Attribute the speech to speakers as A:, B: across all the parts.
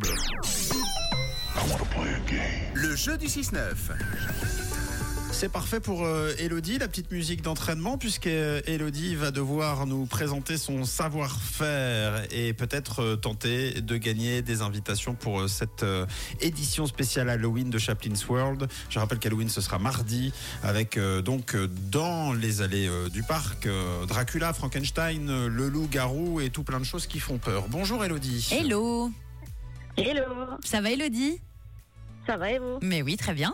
A: ensemble.
B: Le jeu du 6-9.
C: C'est parfait pour euh, Elodie, la petite musique d'entraînement, puisque euh, Elodie va devoir nous présenter son savoir-faire et peut-être euh, tenter de gagner des invitations pour euh, cette euh, édition spéciale Halloween de Chaplin's World. Je rappelle qu'Halloween ce sera mardi, avec euh, donc euh, dans les allées euh, du parc euh, Dracula, Frankenstein, euh, le loup-garou et tout plein de choses qui font peur. Bonjour Elodie.
D: Hello
E: Hello,
D: Ça va Elodie
E: ça va et vous
D: Mais oui, très bien.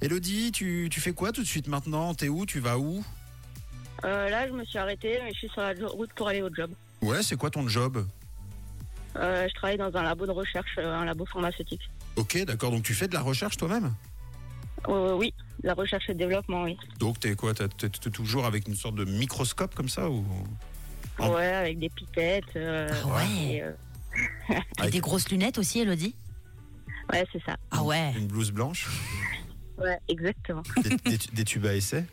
C: Elodie, tu, tu fais quoi tout de suite maintenant T'es où Tu vas où
E: euh, Là, je me suis arrêtée et je suis sur la jo- route pour aller au job.
C: Ouais, c'est quoi ton job
E: Euh, je travaille dans un labo de recherche, euh, un labo pharmaceutique.
C: Ok, d'accord. Donc tu fais de la recherche toi-même
E: Euh, oui, la recherche et le développement, oui.
C: Donc t'es quoi T'es t'es- t'es toujours avec une sorte de microscope comme ça ou Oh.
E: Ouais, avec des pipettes. euh,
D: Ah ouais.
E: et, euh,
D: Et
C: Avec-
D: des grosses lunettes aussi Elodie
E: ouais, c'est ça.
D: Ah ouais
C: une blouse blanche
E: Ouais, exactement.
C: Des, des tu- des tubes à essai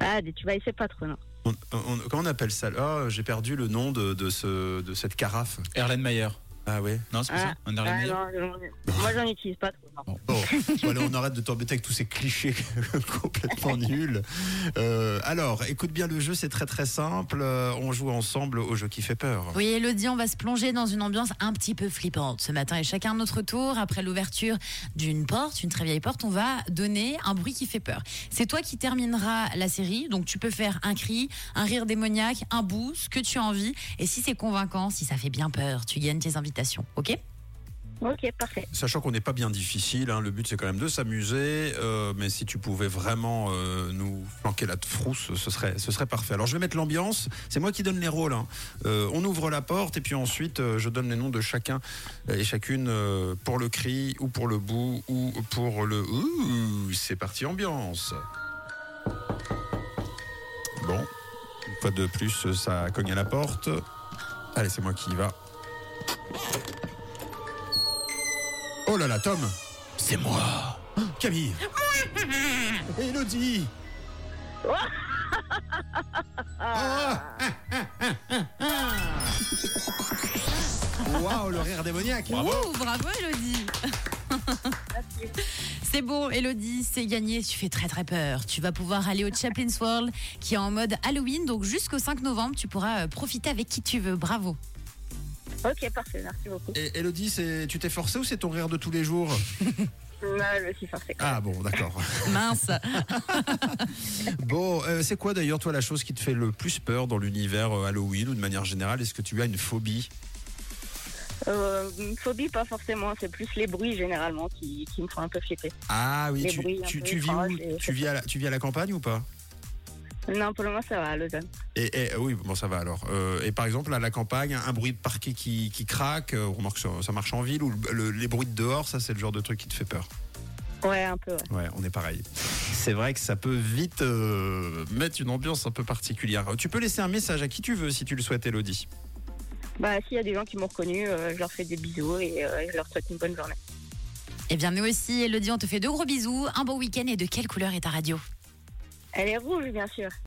E: Ah, des- tu vas essayer pas trop, non
C: On- on- Comment on appelle ça Oh, j'ai perdu le nom de, de ce, de cette carafe.
A: Erlenmeyer.
C: Ah ouais
A: Non, c'est pas
E: Ah,
A: ça Un
E: Ah,
A: Erlenmeyer
E: non, non, moi, j'en utilise pas trop, non.
C: Bon, bon, allez, on arrête de t'embêter avec tous ces clichés complètement nuls. Euh, alors, écoute bien le jeu, c'est très très simple. Euh, on joue ensemble au jeu qui fait peur.
D: Oui Elodie, on va se plonger dans une ambiance un petit peu flippante ce matin et chacun notre tour, après l'ouverture d'une porte, une très vieille porte, on va donner un bruit qui fait peur. C'est toi qui termineras la série, donc tu peux faire un cri, un rire démoniaque, un bout, ce que tu as envie, et si c'est convaincant, si ça fait bien peur, tu gagnes tes invitations, ok
E: Ok, parfait.
C: Sachant qu'on n'est pas bien difficile, hein, le but c'est quand même de s'amuser, euh, mais si tu pouvais vraiment euh, nous flanquer la frousse, ce serait, ce serait parfait. Alors je vais mettre l'ambiance, c'est moi qui donne les rôles. hein. Euh, on ouvre la porte et puis ensuite euh, je donne les noms de chacun et chacune euh, pour le cri ou pour le bout ou pour le... Ouh, c'est parti ambiance. Bon, une fois de plus ça cogne à la porte. Allez, c'est moi qui y va. Oh là là, Tom C'est moi Camille Elodie Ah, ah, ah, ah, ah. Waouh, le rire démoniaque
D: Ouh, bravo Elodie C'est bon Elodie, c'est gagné, tu fais très très peur. Tu vas pouvoir aller au Chaplin's World qui est en mode Halloween, donc jusqu'au 5 novembre tu pourras euh, profiter avec qui tu veux, bravo.
E: Ok, parfait, merci beaucoup.
C: Et Elodie, c'est- tu t'es forcé ou c'est ton rire de tous les jours
E: Ah, je suis forcée.
C: Ah bon, d'accord.
D: Mince
C: Bon, euh, c'est quoi d'ailleurs toi la chose qui te fait le plus peur dans l'univers euh, Halloween ou de manière générale Est-ce que tu as une phobie
E: Euh, phobie, pas forcément, c'est plus les bruits, généralement, qui, qui me font un peu flipper.
C: Ah oui,
E: Les
C: tu,
E: bruits un
C: tu-
E: peu
C: tu vis où
E: étranges et-
C: tu vis, à la, tu vis à la campagne ou pas
E: Non, pour le moment, ça va, à Lausanne.
C: Et, et- oui, bon, ça va alors. Euh, et par exemple, à la campagne, un bruit de parquet qui, qui craque, euh, on remarque que ça, ça marche en ville, ou le- le- les bruits de dehors, ça, c'est le genre de truc qui te fait peur.
E: Ouais, un peu, ouais.
C: Ouais, on est pareil. C'est vrai que ça peut vite euh, mettre une ambiance un peu particulière. Tu peux laisser un message à qui tu veux si tu le souhaites, Elodie.
E: Bah, s'il y a des gens qui m'ont reconnu, euh, je leur fais des bisous et euh, je leur souhaite une bonne journée.
D: Eh bien nous aussi Elodie, on te fait de gros bisous, un bon week-end et de quelle couleur est ta radio
E: Elle est rouge, bien sûr.